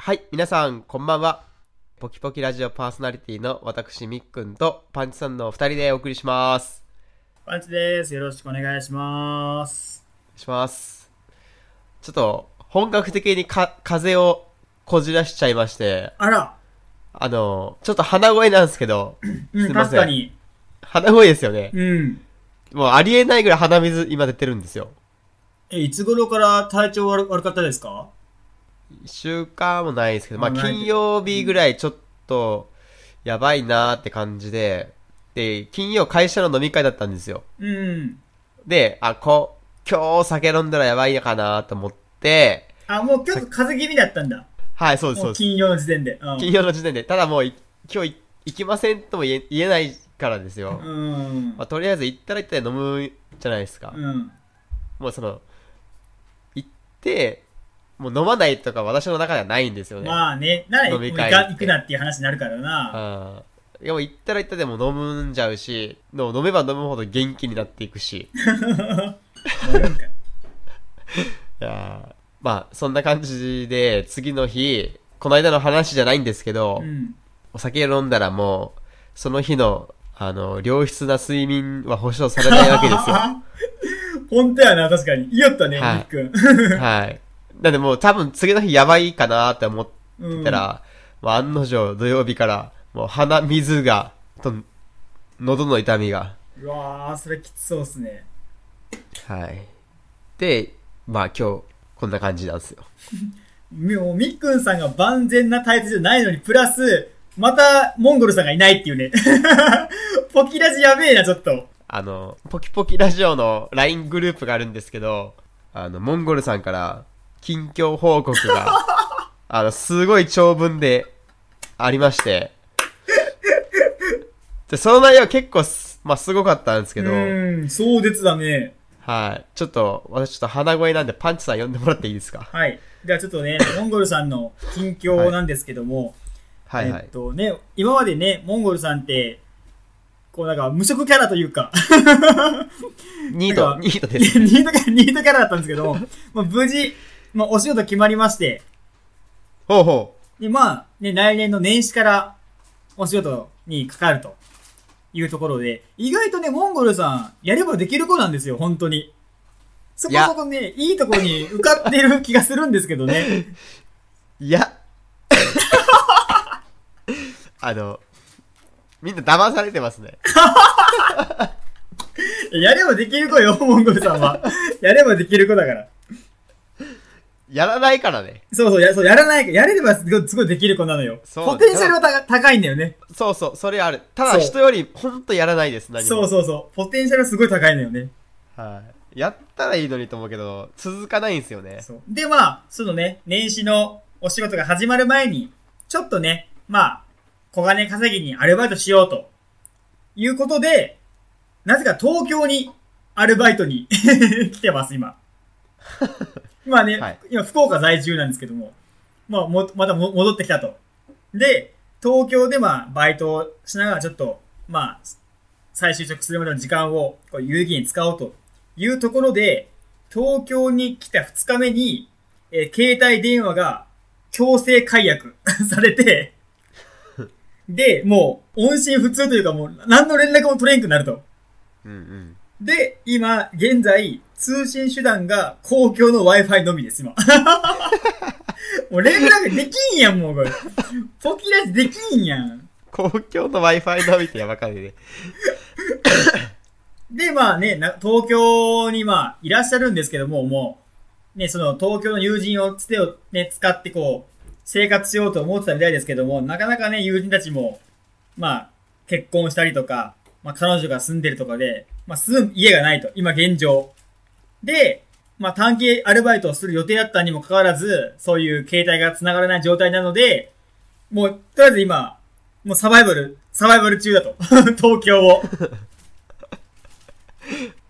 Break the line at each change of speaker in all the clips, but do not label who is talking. はい、皆さん、こんばんは。ポキポキラジオパーソナリティの私、みっくんとパンチさんのお二人でお送りします。
パンチです。よろしくお願いします。
お願いします。ちょっと、本格的にか風邪をこじらしちゃいまして、
あら、
あの、ちょっと鼻声なんですけど、
う
すい
ん、
ません
確かに。
鼻声ですよね。
うん。
もうありえないぐらい鼻水今出てるんですよ。
え、いつ頃から体調悪悪かったですか
一週間もないですけど、まあ
もうないけど
金曜日ぐらいちょっとやばいなーって感じで、で、金曜会社の飲み会だったんですよ。
うん。
で、あ、こ、今日酒飲んだらやばいのかなと思って、
あ、もうちょっと風邪気味だったんだ。
はい、そうです、そ
も
うで
う
す。
金曜の時点で。うん
金曜の時点で、ただもうい今日い行きませんとも言え言えないからですよ。
うん。
まあ、とりあえず行ったら行ったら飲むじゃないですか。
うん。
もうその、行って、もう飲まないとか私の中ではないんですよね。
まあね、なら
飲
行
み
く
会
か行くなっていう話になるからな。
ああ。でも行ったら行ったでも飲むんじゃうし、でも飲めば飲むほど元気になっていく し。い
もうなんか
やーまあ、そんな感じで、次の日、この間の話じゃないんですけど、
うん。
お酒飲んだらもう、その日の、あの、良質な睡眠は保証されないわけですよ。
本当やな、確かに。言いよったね、
はい
みっくん。
はい。なんでもう多分次の日やばいかなって思っ
うん
たら、もう案の定土曜日から、もう鼻水が、と、喉の痛みが、
うわー、それきつそうっすね。
はい。で、まあ今日、こんな感じなんですよ。
もうみっくんさんが万全な体質じゃないのに、プラス、また、モンゴルさんがいないっていうね。 ポキラジやべえな、ちょっと。
あの、ポキポキラジオの LINE グループがあるんですけど、あの、モンゴルさんから、近況報告が、 あの、すごい長文で、ありまして。で、その内容結構す、まあ、すごかったんですけ
う
ど、
ーん、壮絶だね。
はい。ちょっと、私ちょっと鼻声なんで、パンチさん呼んでもらっていいですか
はい。じゃあちょっとね、モンゴルさんの近況なんですけども、
はいはい。
えっとね、今までね、モンゴルさんって、こうなんか無職キャラとい うか、
ニート、
なんか
ニートで
ニ
す。
ートキャラ、ニートキャラだったんですけど、まあ、無事、まあ、お仕事決まりまして、
ほうほう。
で、まあ、ね、来年の年始からお仕事にかかるというところで、意外とね、モンゴルさん、やればできる子なんですよ、本当に。そこそこね、いいところに受かってる気がするんですけどね。
いや。あの、みんな騙されてますね。
やればできる子よ、モンゴルさんは。 やればできる子だから。
やらないからね。
そうそう、やそうやらないか、やれればすごいすごいできる子なのよ。
そう
ポテンシャルは高高いんだよね。
そうそう、それある。ただ
そう
人よりほんとやらないです、何も。
そうそうそう。ポテンシャルはすごい高いのよね。
はい。やったらいいのにと思うけど、続かないんですよね。
そうで、まあ、そのね、年始のお仕事が始まる前に、ちょっとね、まあ、小金稼ぎにアルバイトしようと、いうことで、なぜか東京にアルバイトに 来てま す、今。今ね、
はい
今福岡在住なんですけども、まあ、も、またも戻ってきたと。で、東京でまあ、バイトをしながらちょっと、まあ、再就職するまでの時間をこう有意義に使おうというところで、東京に来た2日目に、えー携帯電話が強制解約 さ れて、で、もう音信不通というかもう何の連絡も取れんくなると。
うんうん。
で、今、現在、通信手段が公共の Wi-Fi のみです、今。もう連絡できんやん、もうこれ。ポキラジできんやん。
公共の Wi-Fi のみってやばかね。
で、まあね、な東京にまあ、いらっしゃるんですけども、もう、ね、その東京の友人を、つてをね、使ってこう、生活しようと思ってたみたいですけども、なかなかね、友人たちも、まあ、結婚したりとか、まあ、彼女が住んでるとかで、まあ、住む家がないと、今現状。で、まあ、短期アルバイトをする予定だったにもかかわらず、そういう携帯が繋がらない状態なので、もう、とりあえず今、もうサバイバル、サバイバル中だと。 東京を。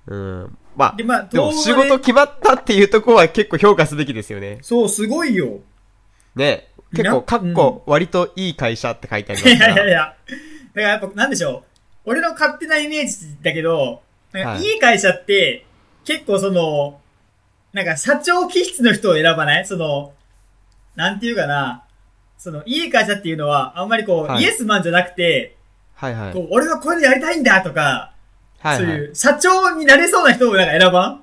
うん。まあ、
で
で
まあ
も仕
動画で
事決まったっていうとこは結構評価すべきですよね。
そう、すごいよ。
ね。結構、
な
かっこ、割といい会社って書いてあり
い
ます
やい
か
やいや
ら。。
だからやっぱ、なんでしょう。俺の勝手なイメージだけど、なんか
はい
いい会社って、結構その、なんか社長気質の人を選ばないその、なんていうかな、その、いい会社っていうのは、あんまりこう、
はい
イエスマンじゃなくて、
はいはい。
こう、俺はこれでやりたいんだとか、
はい
そう
はいい。
う、社長になれそうな人をなんか選ばん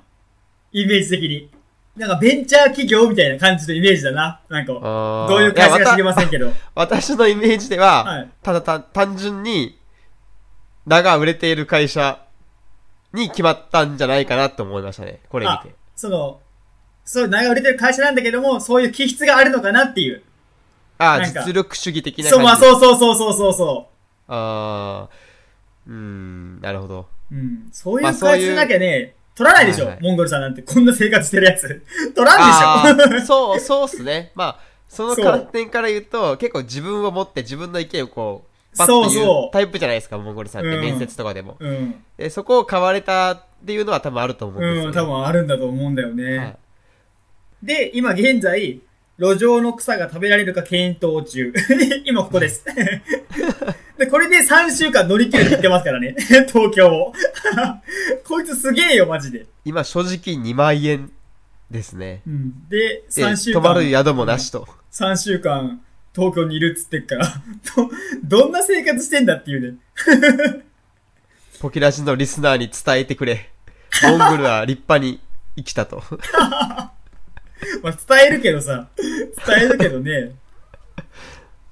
イメージ的に。なんかベンチャー企業みたいな感じのイメージだな。なんか、
あー
どういう会社か知りませんけど。
私のイメージでは、
はい
ただ単単純に、名が売れている会社に決まったんじゃないかなと思いましたね。これ見
あ
て。、
その、そういう名が売れてる会社なんだけども、そういう気質があるのかなっていう。
ああ
なんか
実力主義的な
そう、
感じ。
まあそうそうそうそうそうそ
あーうーん、なるほど。
う。うん。そうい
まあ
う
そう
会
いう
社なきゃね、取らないでしょ、
はいはい
モンゴルさんなんて。こんな生活してるやつ。 取らんでし
あー
ょ
そう、そうっすね。まあ、その
そう
観点から言うと、結構自分を持って自分の意見をこう、パッ
そ
と
うそう
言うタイプじゃないですか、モンゴルさんって、
うん
面接とかでも。
うん。
でそこを買われたっていうのは多分あると思うんですよ、ね。
うん、多分あるんだと思うんだよね。
はい
で、今現在、路上の草が食べられるか検討中。 今こ こです。で、これで3週間乗り切るって言ってますからね。 東京を。こいつすげえよ、マジで。
今、正直2万円ですね。
うんで、
で
3週
泊
間。
まる宿もなしと。
3週間、東京にいるっつってっから、 ど、どんな生活してんだっていうね。
ポキラジのリスナーに伝えてくれ。モンゴルは立派に生きたと。
まあ、伝えるけどさ、伝えるけ どね。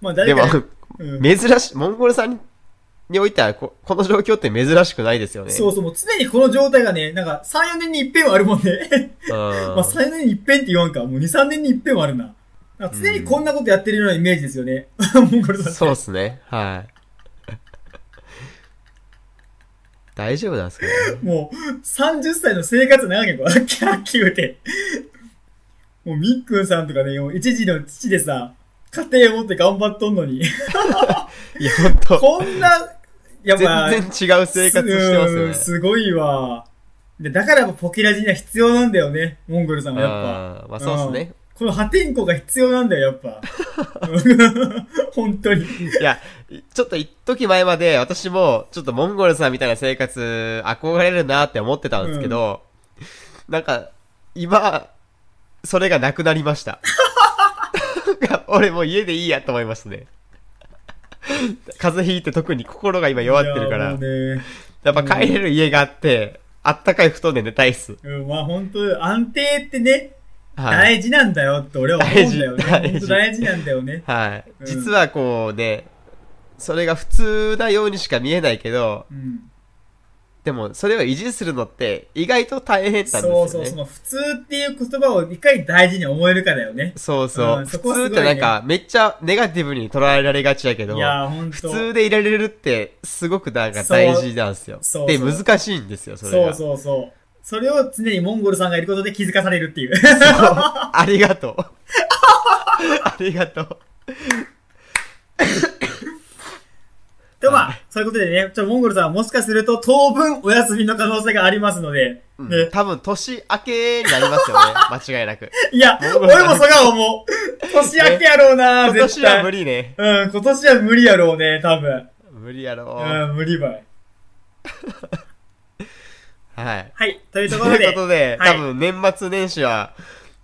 まあ、
で
誰
も
か、、うん
珍しい、モンゴルさんにおいてはこ、この状況って珍しくないですよね。
そうそう、もう常にこの状態がね、なんか3、4年に一遍はあるもんね。
うん。
まあ、3、4年に一遍って言わんか。もう2、3年に一遍はあるな。なんか常にこんなことやってるようなイメージですよね。 モンゴルさん。
そうですね。はい。 大丈夫なんですかね。
もう、30歳の生活長いけど、 キャッキ言うて。もう、みっくんさんとかね、もう一時の父でさ、家庭を持って頑張っとんの
い
に、
や、ほんと。
こんな、やっぱ、
全然違う生活してますよ
うん
ね。
すごいわ。で、だからやっぱポキラジには必要なんだよね、モンゴルさんはやっぱ。
あーまあ、そうですね。
この破天荒が必要なんだよ、やっぱ。 本当に。
いや、ちょっと一時前まで私もちょっとモンゴルさんみたいな生活憧れるなって思ってたんですけど、なんか今、それがなくなりま した。なんか俺もう家でいいやと思いましたね。風邪ひいて特に心が今弱ってるから、
いやもうね
やっぱ帰れる家があって、あったかい布団で寝たいっす。
うん、まあ本当安定ってね、
はい。
大事なんだよって俺は思うんだよね。
大事
本当大事なんだよね。
はい。
うん
実はこうね、それが普通なようにしか見えないけど、
うん。
でも、それを維持するのって、意外と大変なんですよね。
そうそう、その普通っていう言葉をいかに大事に思えるかだよね。
そうそう
うん
普
そこはす
通っ
ごいね
てなんか、めっちゃネガティブに捉えられがちやけ
い
ど、
やー、本
普
当
通でいられるって、すごくなんか大事なんですよ。
そう
で、
そうそう
難しいんですよ、それ
そ
が。
うそうそう。それを常にモンゴルさんがいることで気づかされるっていう。
ありがとう。 ありがとう。
と、まあ、そういう ことでね、ちょっとモンゴルさんはもしかすると当分お休みの可能性がありますので、
うん
ね、
多分、年明けになりますよね。間違いなく。
いや、
モンゴル
俺もそが思う。年明けやろうな、
今
絶
年は
対。
無理ね。
うん、今年は無理やろうね、多分。
無理やろ。
うん、無理ばい。
はい。
はい、という
とい
と
う
こ ろで。
ことで、
はい
多分年末年始は、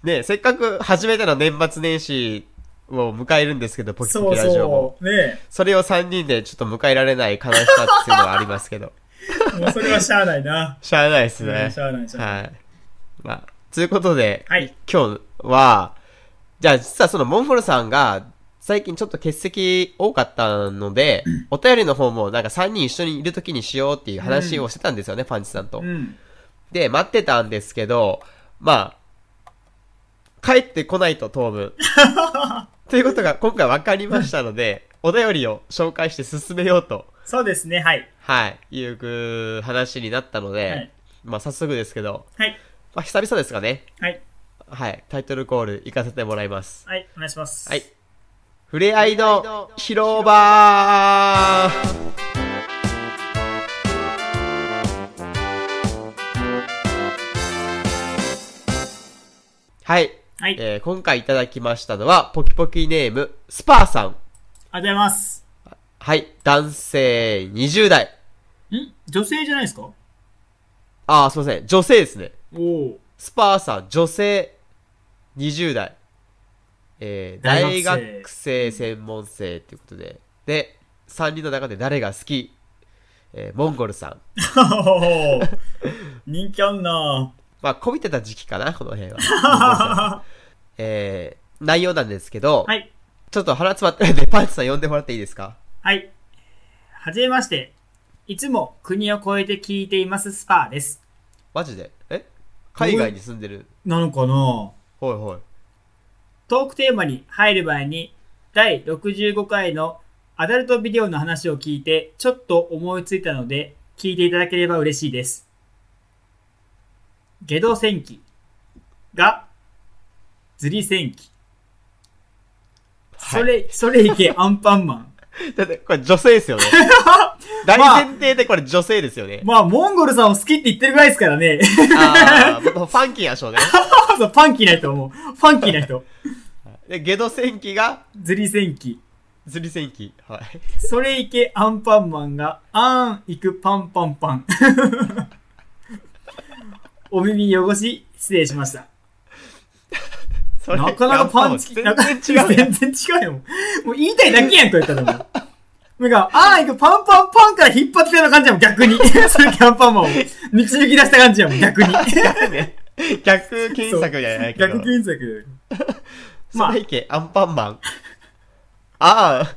ね、せっかく初めての年末年始を迎えるんですけど、ポキ
そ
ポ
う
キラジオも。そ
そう。ね
れを3人でちょっと迎えられない悲しさっていうのはありますけ ど、
えもうそれはしゃあないな。
しゃあないです
うん
ね
し。ゃあない、しゃあない。
はい。まあ、ということで、
はい。
今日は、じゃあ実はそのモンゴルさんが最近ちょっと欠席多かったので、お便りの方もなんか3人一緒にいる時にしようっていう話をしてたんですよね、パンチさんと。
うん。
で、待ってたんですけど、まあ、帰ってこないと当 分。ということが今回分かりましたので、お便りを紹介して進めようと、
そうですね、はい。
はい、いうく話になったので、
はい
まあ早速ですけど、
はい。
まあ久々ですかね。
はい。
はい、タイトルコール行かせてもらいます。
はい、お願いします。
はい。ふれあいの広場はい、
はい。ありがと
えー今回いただきましたのは、ポキポキネーム、スパーさん。
うございます。
はい、男性20代。
ん女性じゃないですか
あー、すいません、女性ですね。
おお。
スパーさん、女性20代。えー大
大学生
学生専門生っていうことで、で、3人の中で誰が好きえーモンゴルさん。
おー人気あんな
まあ、こびてた時期かな、この辺は。モンゴルさん
は
えー内容なんですけど、
い。
ちょっと腹詰まってるんで、パンチさん呼んでもらっていいですか
はい。はじめまして。いつも国を越えて聞いていますスパーです。
マジでえ海外に住んでる。
なのかな
ほいほい。
トークテーマに入る前に、第65回のアダルトビデオの話を聞いて、ちょっと思いついたので、聞いていただければ嬉しいです。下道戦記が、釣り戦記。それ、それいけアンパンマン。
はい、だってこれ女性ですよね。大前提でこれ女性ですよ ね。
まあ、モンゴルさんを好きって言ってるぐらいですからね。
あー、まあファンキーな人ね。
そうパンキーな人もう。ファンキーな人。
で、ゲド戦記が、
釣り戦記。
釣り戦記。 はい。
それいけアンパンマンが、あーん、いくパンパンパン。 お耳汚し、失礼しました。
それ
なかなかパンチ、
いや
な
もう
か
全然違 うやん。
全然違うよ。もうもう言いたいだけやん、こうやったらもう。なんか、あー、いくパンパンパンから引っ張ってたような感じやもん、逆に。 それいけアンパンマンを導き出した感じやもん、逆に。
ね逆検索じゃないけど。
逆検索。まあ
それいけ、アンパンマ ン。ああ、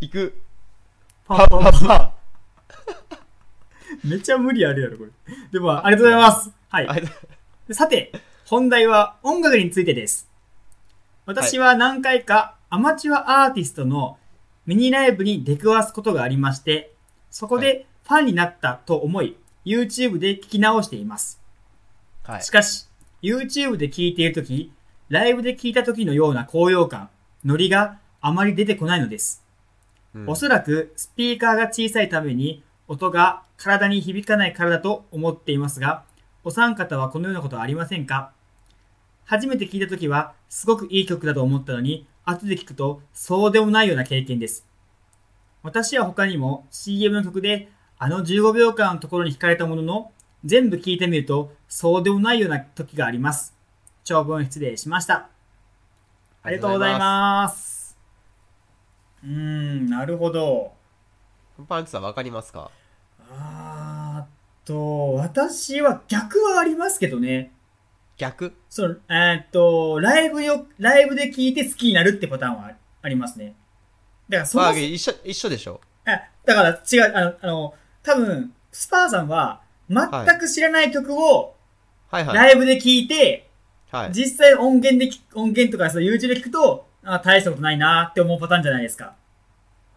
行く。
パンパン
パ
パン
ン。パン。
めっちゃ無理あるやろ、これ。でも、ありがとうございます。はい。
あれ
でさて、本題は音楽についてです。私は何回かアマチュアアーティストのミニライブに出くわすことがありまして、そこ
は
でファンになったと思い、YouTube で聞き直しています。
はい
し。かし、YouTube で聞いているとき、ライブで聞いたときのような高揚感、ノリがあまり出てこないのです。
うん
おそらくスピーカーが小さいために音が体に響かないからだと思っていますが、お三方はこのようなことはありませんか初めて聞いた時はすごくいい曲だと思ったのに、後で聞くとそうでもないような経験です。私は他にも CM の曲であの15秒間のところに惹かれたものの、全部聞いてみるとそうでもないような時があります。長文失礼しました。ありがとうございます。うーん、なるほど。
パンチさんわかりますか
あーっと、私は逆はありますけどね。
逆
その、えーっと、ライブよ、ライブで聞いて好きになるってパターンはあありますね。だからそも
ま
そ
あ、一緒、一緒でしょ。
あだから違う、あの、あの、多分、スパーさんは、全く知らない曲を
はいはい。
ライブで聞いて、
はい。
実際音源で聞く、音源とかその YouTube で聞くと、あ大したことないなーって思うパターンじゃないですか。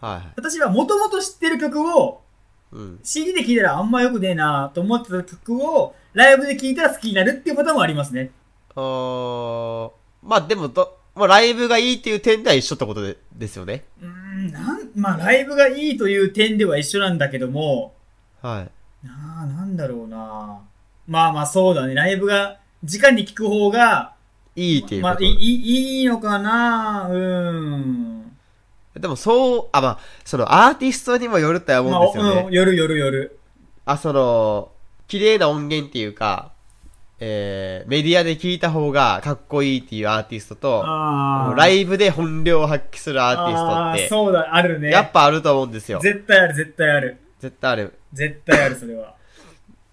はい。
私はもともと知ってる曲を、
うん。
CD で聴いたらあんま良くねえなと思ってた曲をライブで聴いたら好きになるっていうパターンもありますね。
あーまあでもど、まあライブがいいっていう点では一緒ってことでですよね。
うーん、なん、まあライブがいいという点では一緒なんだけども、
はい。
なあ、なんだろうなまあまあそうだね、ライブが、直に聴く方が、
いいっていうこ
ま
と。
あいい、いいのかなうーん。
でもそう、あ、まあ、そのアーティストにもよるとは
まあ、
思うんですよね。
うん、夜夜夜。
あ、その、綺麗な音源っていうか、えー、メディアで聞いた方がかっこいいっていうアーティストと、
ああ。
ラ
ブ
イブで本領を発揮するアーティストっ
そうだ、ある
て、
ね。
やっぱあると思うんですよ。
絶対ある、絶対ある。
絶対ある。
絶対ある、それは。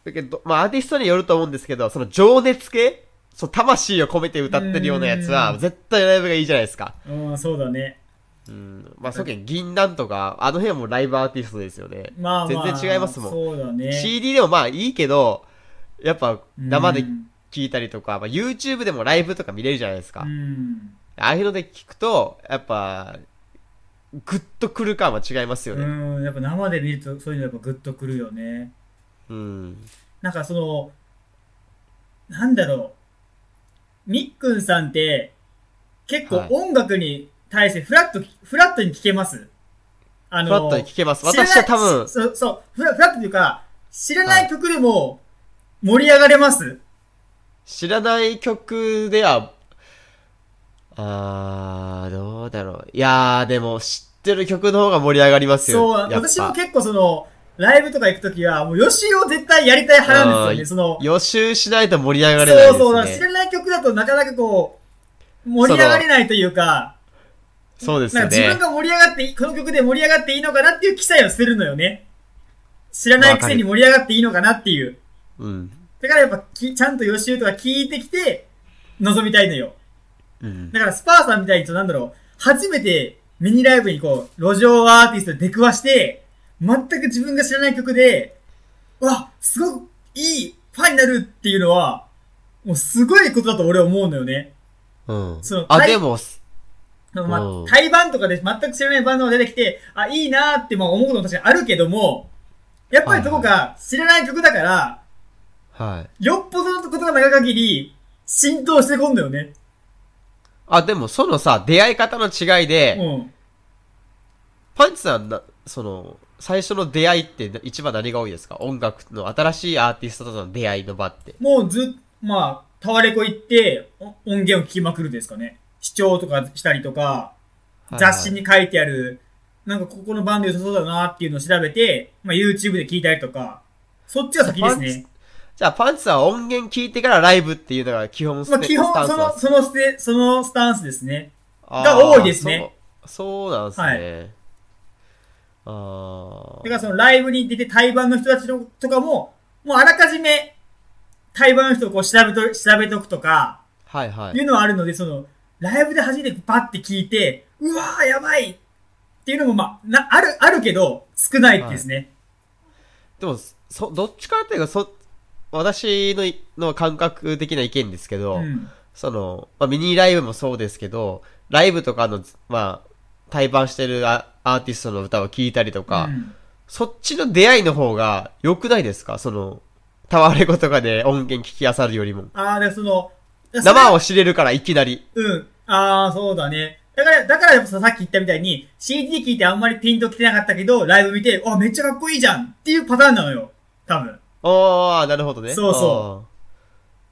だけど、まあアーティストによると思うんですけど、その情熱系そう、魂を込めて歌ってるようなやつ
う
は、
ん
絶対ライブがいいじゃないですか。
うん、そうだね。
うん。まあ、そっけ、銀杏とか、あの辺はもうライブアーティストですよね。
まあまあ。
全然違いますもん
そうだね。
CD でもまあいいけど、やっぱ生で
うん
聞いたりとか、まあ、YouTube でもライブとか見れるじゃないですか。
うん。
ああいうので聞くと、やっぱ、グッとくる感は違いますよね。
うん、やっぱ生で見るとそういうのやっぱグッとくるよね。
うん。
なんかその、なんだろう。みっくんさんって、結構
はい
音楽に対してフラット、フラットに聞けますあ
フ
の、
ラットに聞けます。
知らない
私は多分、
そう、そう、フラフラットというか、知らな
はいい
曲でも盛り上がれます、
知らない曲では、あー、どうだろう。いやー、でも知ってる曲の方が盛り上がりますよ。
そう、
やっぱ
私も結構その、ライブとか行くときは、もう予習を絶対やりたい派なんですよ
あ
ね。
ー
その、
予習しないと盛り上がれないですね。
そうそう、知らない曲だとなかなかこう、盛り上がれないというか、
そうです
なん
よ
か自分
ね。
が盛り上がっていい、この曲で盛り上がっていいのかなっていう記載をするのよね。知らないくせに盛り上がっていいのかなっていう。
うん。
だからやっぱき、ちゃんと予習とか聞いてきて、臨みたいのよ。
うん。
だからスパーさんみたいに、なんだろう、初めてミニライブにこう、路上アーティストで出くわして、全く自分が知らない曲で、うわ、すごくいいファンになるっていうのは、もうすごいことだと俺は思うのよね。
うん
その。
あ、
タイ
でも、
ま
うん
あ、対バンとかで全く知らないバンドが出てきて、あ、いいなーってまあ思うことも確かにあるけども、やっぱりどこか知らない曲だから、
はい。
よっぽどのことが長い限り、浸透してこんのよね。
あ、でも、そのさ、出会い方の違いで、
うん。
パンチさんな、その、最初の出会いってな一番何が多いですか音楽の新しいアーティストとの出会いの場って。
もうずっまあ、タワレコ行って、お音源を聞きまくるですかね。視聴とかしたりとか、雑誌に書いてある、なんかここのバンド良さそうだなっていうのを調べて、まあ YouTube で聞いたりとか、そっちが先ですね。
じゃあ、パンチさんは音源聞いてからライブっていうのが基本ス
まあ
テ
基本
スタ、ンス
そ
なん
の、
です
そのステ、そのスタンスですね。
あー
が多いですね
そう。そうなんですね。あ
だからそのライブに出て対バンの人たちのとかも、もうあらかじめ、対バンの人をこう調べと、調べとくとか、
あ。はいはいい。
うのはあるので、その、ライブで初めてバッて聞いて、うわーやばいっていうのも、まあ、な、ある、あるけど、少ないですね。
でも、そ、どっちかっていうか、そ、私のい、の感覚的な意見ですけど、
うん。
その、まあ、ミニライブもそうですけど、ライブとかの、まあ、対バンしてるアアーティストの歌を聴いたりとか、
うん
そっちの出会いの方が良くないですかその、タワレコとかで音源聞きあさるよりも。
ああ、だからその、
生を知れるから、いきなり。
うん。ああ、そうだね。だから、だからやっぱさ、さっき言ったみたいに、CD 聞いてあんまりピンと来てなかったけど、ライブ見て、あ、めっちゃかっこいいじゃんっていうパターンなのよ。多分。
ああ、なるほどね。
そうそ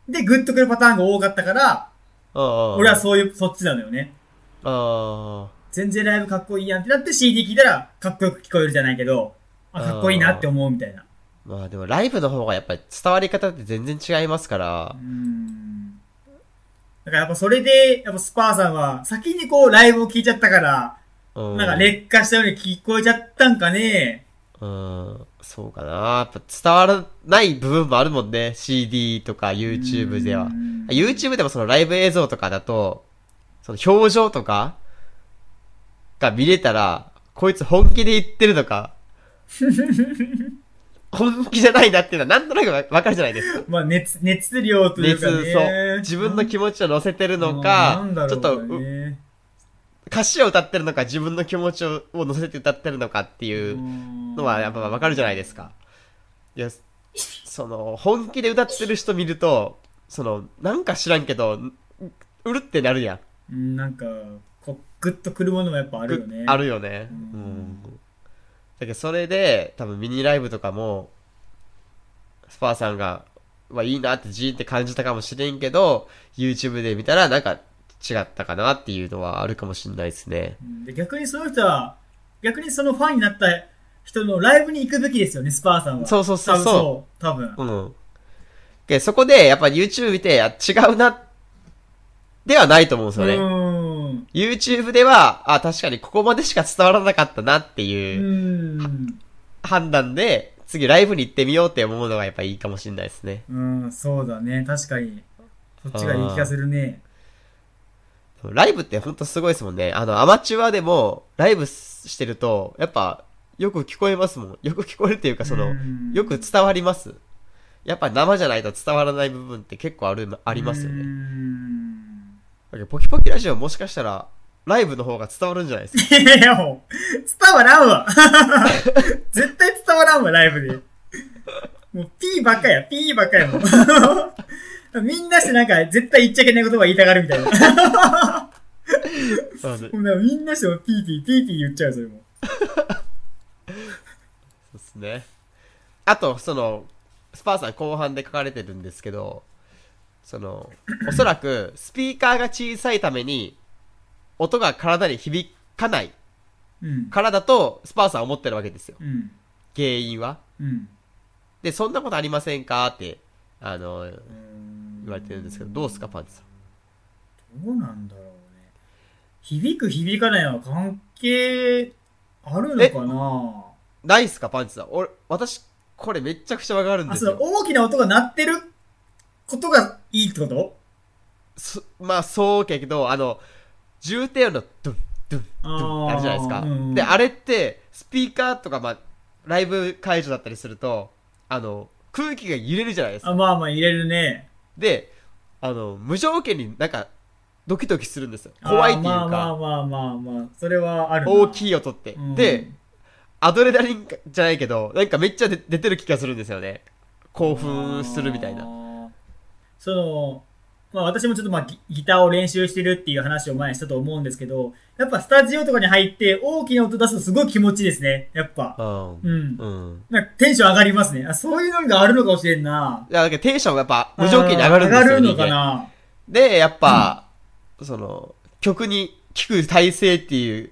で、グッとくるパターンが多かったから、
う。ああ。
俺はそういう、そっちなのよね。
あ
全然ライブかっこいいやんってなって CD 聞いたら、かっこよく聞こえるじゃないけど、あ、かっこいいなって思うみたいな。
あ。まあでもライブの方がやっぱり伝わり方って全然違いますから
う。んだからやっぱそれで、やっぱスパーさんは、先にこうライブを聞いちゃったから、
うん。
なんか劣化したように聞こえちゃったんかね。
うん。そうかな。やっぱ伝わらない部分もあるもんね。CD とか YouTube では
う。ん
YouTube でもそのライブ映像とかだと、その表情とかが見れたら、こいつ本気で言ってるのか、本気じゃないなっていうのはなんとなくわわかるじゃないですか。
まあ熱、熱量という
熱、
かね。
そう。自分の気持ちを乗せてるの
う
か
んなんだ、
ち
ろ
ょっ
う
と
これね
歌詞を歌ってるのか、自分の気持ちをを乗せて歌ってるのかっていうのはやっぱわかるじゃないですか。いや、その、本気で歌ってる人見ると、その、なんか知らんけど、ううるってなるやん。
うん、なんか、こう、グッとくるものもやっぱあるよね。
あるよね。う
うんん。
だけどそれで、多分ミニライブとかも、スパーさんが、まあいいなってジーンって感じたかもしれんけど、YouTube で見たらなんか違ったかなっていうのはあるかもしれないですね。
うんで逆にその人は、逆にそのファンになった人のライブに行くべきですよね、スパーさんは。
そうそうそう
そう。多分。
うん。でそこで、やっぱ YouTube 見て、あ違うな、ではないと思うんですよね。
うん。
YouTube では、あ、確かにここまでしか伝わらなかったなって
う
いう
ー
判断で、次ライブに行ってみようって思うのがやっぱいいかもしれないですね。
ん。うん、そうだね。確かに。そっちがいい気がするね。
ライブってほんとすごいですもんね。あの、アマチュアでも、ライブしてると、やっぱ、よく聞こえますもん。よく聞こえるっていうか、その、よく伝わります。やっぱ生じゃないと伝わらない部分って結構ある、あ
あ
りますよね。
ね。
だけどポキポキラジオもしかしたら、ライブの方が伝わるんじゃないですか。
いやいや、もう、伝わらんわ。 絶対伝わらんわ、ライブで。もう、ピーばっかや、ピーばっかや、もう。みん なしてなんか、絶対言っちゃいけない言葉言いたがるみたいな。
そうで
もうなんかみんなしてもピーピー、ピーピー言っちゃう、それも。
すね。あと、その、スパーさん後半で書かれてるんですけど、その、おそらく、スピーカーが小さいために、音が体に響かない
うん。
からだと、スパーさんは思ってるわけですよ。
うん。
原因は。
うん。
で、そんなことありませんかって、あの、
言
言われてるんですけど、どうですか、パンチさん。
どうなんだろうね。響く響かないは関係あるのかな
ないっすか、パンチさん。俺、私、これめっちゃくちゃわかるん
あ、
です
そ
よ。
の大きな音が鳴ってることがいいってこと
そまあ、そうやけど、あの、重低音のドゥン、ドゥン、ドゥンってあるじゃないですか。
うん
で、あれって、スピーカーとか、まあ、ライブ会場だったりすると、あの、空気が揺れるじゃないですか。
あ、まあまあ入れるね。
で、あの、無条件になんか、ドキドキするんですよ。
あ
怖いっていう
まあまあ
か、
まあまあまあ、それはあるな。
大きい音って
うん。
で、、アドレナリンじゃないけど、なんかめっちゃで出てる気がするんですよね。興奮するみたい
あ
な。
ー。その、まあ私もちょっとまあギギターを練習してるっていう話を前にしたと思うんですけど、やっぱスタジオとかに入って大きな音出すとすごい気持ちいいですね。やっぱ。
うん。
うん。
うん。
なんかテンション上がりますね。あ、そういうのがあるのかもしれんな。
いや、だからテンションがやっぱ無条件に上がるんですよ。
上がるのか
人間
な
で、やっぱ、その、曲に聴く体勢っていう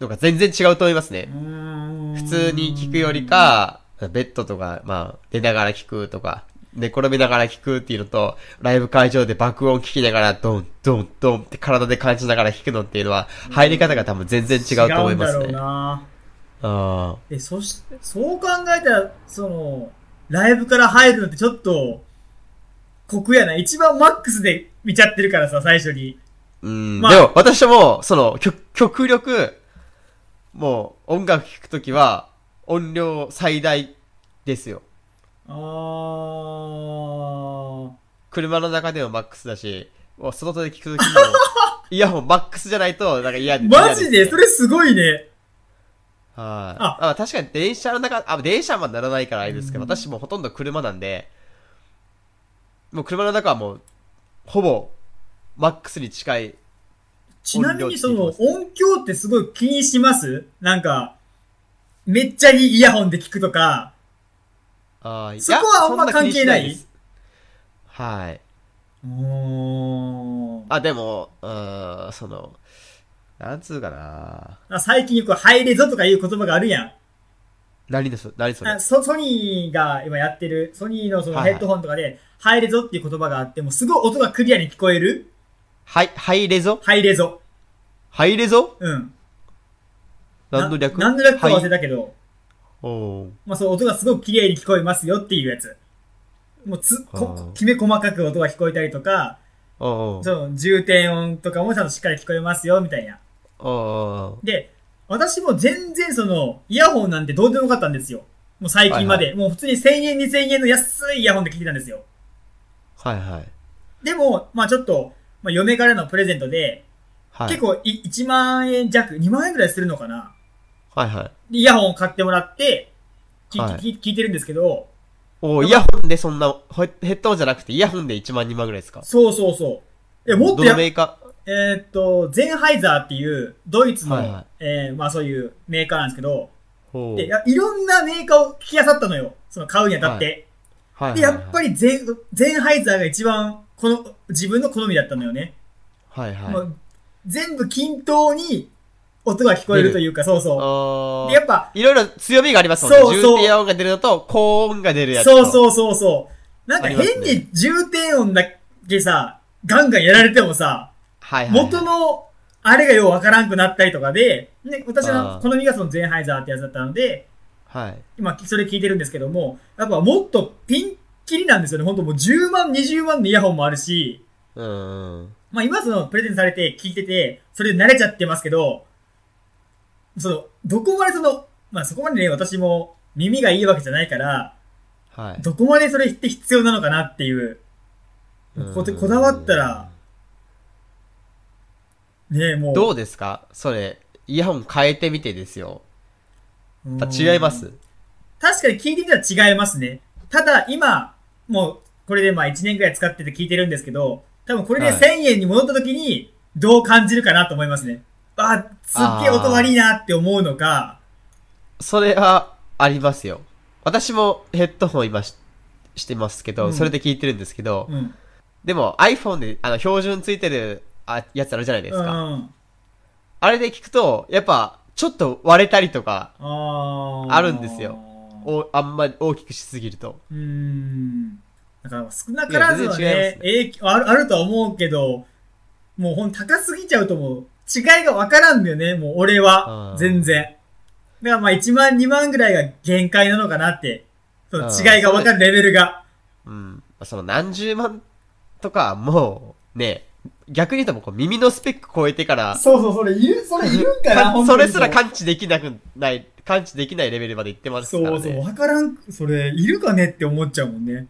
のが全然違うと思いますね。
普
普通に聴くより、か、ベッドとか、まあ、寝ながら聴くとか、寝転びながら聴くっていうのと、ライブ会場で爆音聴きながら、ドン、ドン、ドンって体で感じながら聴くのっていうのは、入り方が多分全然違うと思います
違うんだろう
ね。
な。
あ
で、そし、そう考えたら、その、ライブから入るのってちょっと、酷やな。一番マックスで見ちゃってるからさ、最初に。
うん、
まあ
でも、私も、その、極極力、もう、音楽聴くときは、音量最大ですよ。
あー。
車の中でもマックスだし、もう外で聴くときも、イヤホンマックスじゃないと、なんか嫌で。
マジ
嫌
ですそれすごいね。
はい。
あ
あ、確かに電車の中、あ、電車はならないからあれですけど、
うん
私もうほとんど車なんで、もう車の中はもう、ほぼ、マックスに近い。
ちなみにその
音量って言
音響ってすごい気にしますなんか、めっちゃいいイヤホンで聞くとか、
あー
そこはあんま
いやそ気にし
関係ない
ですはい。
うーん
あ、でも、うーん、その、なんつうかな
あ最近よく入れぞとかいう言葉があるやん。
何です、何それ
あ。ソソニーが今やってる、ソニーのその
はいはい
ヘッドホンとかで、入れぞっていう言葉があって、もうすごい音がクリアに聞こえる
はい、入れぞ
入れぞ。
入れぞ
うん。
何の略
な何の略か忘れ
はい
たけど、
おー
まあそう音がすごく綺麗に聞こえますよっていうやつ。もうつ、
あ
こ
ー
きめ細かく音が聞こえたりとか、
おー
その重点音とかもちゃんとしっかり聞こえますよみたいな。
おーおー
で、私も全然その、イヤホンなんてどうでもよかったんですよ。もう最近まで。もう普通に1000円2000円の安いイヤホンで聞いてたんですよ。
はいはい。
でも、まあちょっと、まあ、嫁からのプレゼントで、
はい。
結構い1万円弱、2万円ぐらいするのかな
はいはい。
でイヤホンを買ってもらって、き
はい
き聞いてるんですけど、
おーイヤホンでそんな、ほヘッドホンじゃなくてイヤホンで1万2万ぐらいですか
そうそうそう。え、もっとや
どの、メーカー
えーっと、ゼンハイザーっていう、ドイツの、
はいはい
えーまあそういうメーカーなんですけど、
ほう
でいやいろんなメーカーを聞き漁ったのよ。その買うにあたって。
はいはい
で、やっぱ
り。
りゼン、ゼンハイザーが一番、この、自分の好みだったのよね。
はいはい。
もう全部均等に音が聞こえるというか、そうそ
あ
う。で、や
ー
っぱ、
いろいろ強みがありますもんね。
そうそう
重低音が出るのと、高音が出るやつと。
そうそうそうそう。なんか
ありますね
変に重点音だけさ、ガンガンやられてもさ、
はいはいはい。
元のあれがようわからんくなったりとかで、ね、私の
あー
好みがそのゼンハイザーってやつだったので、
はい。
今それ聞いてるんですけども、やっぱもっとピンキリなんですよね。ほんともう10万、20万のイヤホンもあるし、
うーん。
まあ今そのプレゼントされて聞いてて、それで慣れちゃってますけど、その、どこまでその、まあそこまでね、私も耳がいいわけじゃないから、
はい。
どこまでそれって必要なのかなっていう。ここだわったら、ねえ、もう。
どうですかそれ、イヤホン変えてみてですよ。
うん
やっぱ違います。
確かに聞いてみたら違いますね。ただ、今、もう、これでまあ1年くらい使ってて聞いてるんですけど、多分これで
はい
1000円に戻った時に、どう感じるかなと思いますね。あ、すっげえ音悪いなって思うのか、
それは、ありますよ。私もヘッドホン今ししてますけど、
うん
それで聞いてるんですけど、
うん。
でも iPhone で、あの、標準ついてるあやつあるじゃないです
うん。
か。
あ
あれで聞くと、やっぱ、ちょっと割れたりとか、
あー
あるんですよおあんまり大きくしすぎると。
うーん。だから少なからずはい
や
ね
全然違いますね
影響ある、あるとは思うけど、もうほん高すぎちゃうともう、違いがわからんだよね、もう俺
あ
は
ー。
全然。だからまあ1万、2万ぐらいが限界なのかなって。その違いがわかるレベルが。
うん。その何十万とかはもう、ね、逆に言うともうこう耳のスペック超えてから、
そうそう、それいる、それいるんかな、
か
ほん と
そ
に
れすら感知できなくない、感知できないレベルまで行ってますから
そ
ね。
うそう、わからん、それ、いるかねって思っちゃうもんね。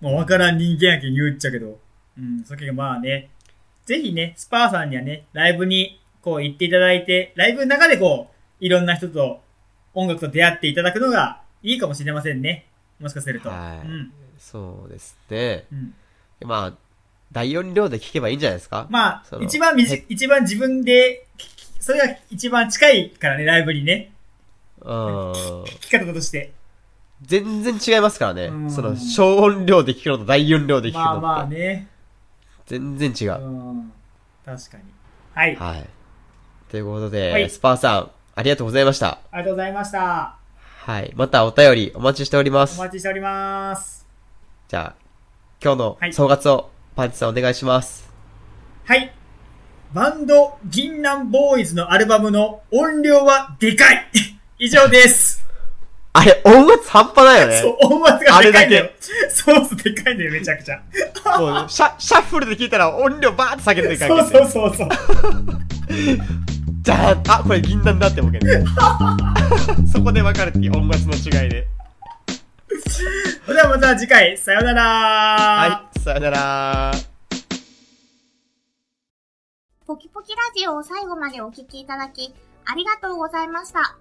まあ、わからん人間やけん言うっちゃけど。うん、そっけがまあね、ぜひね、スパーさんにはね、ライブにこう行っていただいて、ライブの中でこう、いろんな人と音楽と出会っていただくのがいいかもしれませんね。もしかすると。
はい
うん。
そうですね。
うん、
まあ、第4量で聞けばいいんじゃないですか、
ま
そ
あ、
の
一番みじ
へ
一番自分で聞き、それが一番近いからね、ライブにね、
うん。
聞き方として。
全然違いますからね。
うん
その、小音量で聞くのと第4量で聞くの
ま
って。
あまあね。
全然違
う
う。
ん。確かに。はい。
はい。ということで、
はい
スパーさん、ありがとうございました。
ありがとうございました。
はい。またお便りお待ちしておりま
お
す。
待ちしております。
じゃあ、今日の
はい
総括をパンチさんお願いします。
はい。バンド、銀杏ボーイズのアルバムの音量はでかい 以上です。
あれ、音圧半端ないよね。
そう、音圧がでかいんだよ。そうそう、でかいんだよ、めちゃくちゃ。
もうシャ、シャッフルで聞いたら音量バーって下げてる
そ
感
う
じ
そうそうそう。
じゃあ、あ、これ銀杏だって思う けど。 そこで分かるっていう音圧の違いで。
それではまた次回、さようなら。
はい、さよなら
ポキポキラジオを最後までお聞きいただき、ありがとうございました。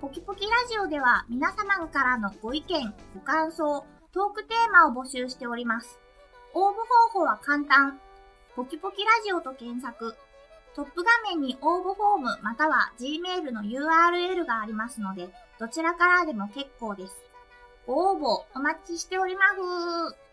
ポキポキラジオでは皆様からのご意見、ご感想、トークテーマを募集しております。応募方法は簡単。ポキポキラジオと検索。トップ画面に応募フォームまたは Gmail の URL がありますので、どちらからでも結構です。ご応募お待ちしております。